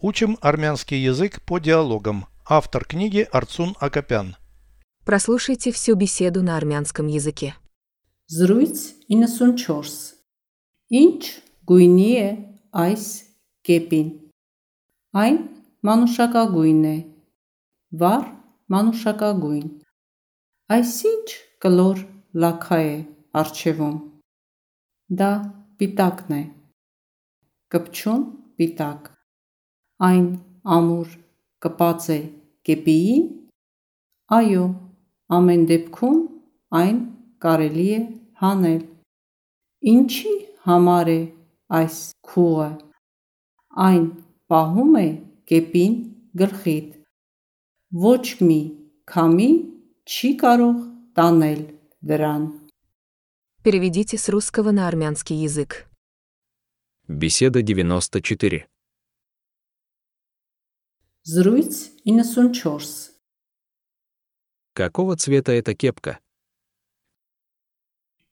Учим армянский язык по диалогам. Автор книги Арцун Акопян. Прослушайте всю беседу на армянском языке. Զրույց 94 Ինչ գույնի է այս կեպին Այն մանուշակագույն է Վառ մանուշակագույն Այս ինչ կլոր լաքա է արջևում Դա պիտակն է Կպչուն պիտակ Այն ամուր կպած է կեպիին Այո, ամեն դեպքում այն կարելի է հանել։ Ինչի համար է այս քուղը։ Այն պահում է կեպին գլխիդ։ Ոչ մի քամի չի կարող տանել դրան։ Переведите с русского на армянский язык. Беседа 94. Զրույց 94 Какого цвета эта кепка?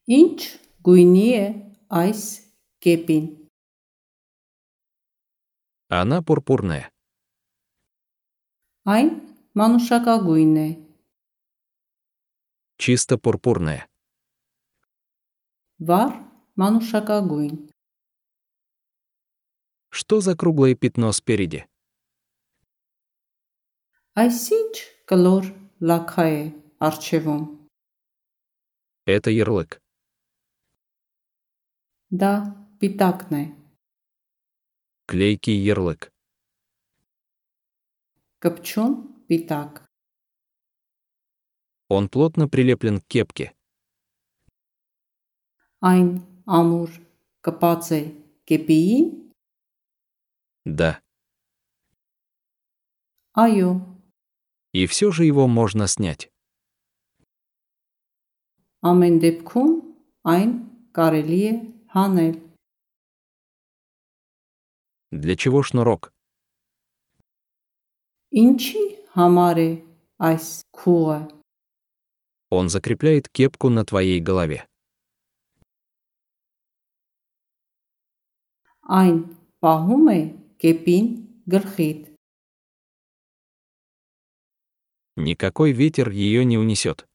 Ինչ գույնի է այս կեպին։ Она пурпурная. Այն մանուշակագույն է, Чисто пурпурная. վառ մանուշակագույն։ Что за круглое пятно спереди? Այս ինչ կլոր լաքա է արջևում։ Это ярлык. Դա պիտակն է, Клейкий ярлык. կպչուն պիտակ։ Он плотно прилеплен к кепке. Այն ամուր կպած է կեպիին։ Да. Այո, И все же его можно снять. ամեն դեպքում այն կարելի է հանել։ Для чего шнурок? Ինչի համար է այս քուղը։ Он закрепляет кепку на твоей голове. Այն պահում է կեպին գլխիդ։ Никакой ветер ее не унесет.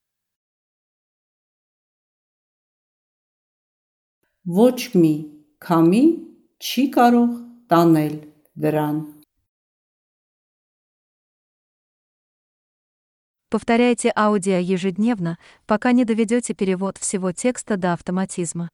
Ոչ մի քամի չի կարող տանել դրան։ Повторяйте аудио ежедневно, пока не доведете перевод всего текста до автоматизма.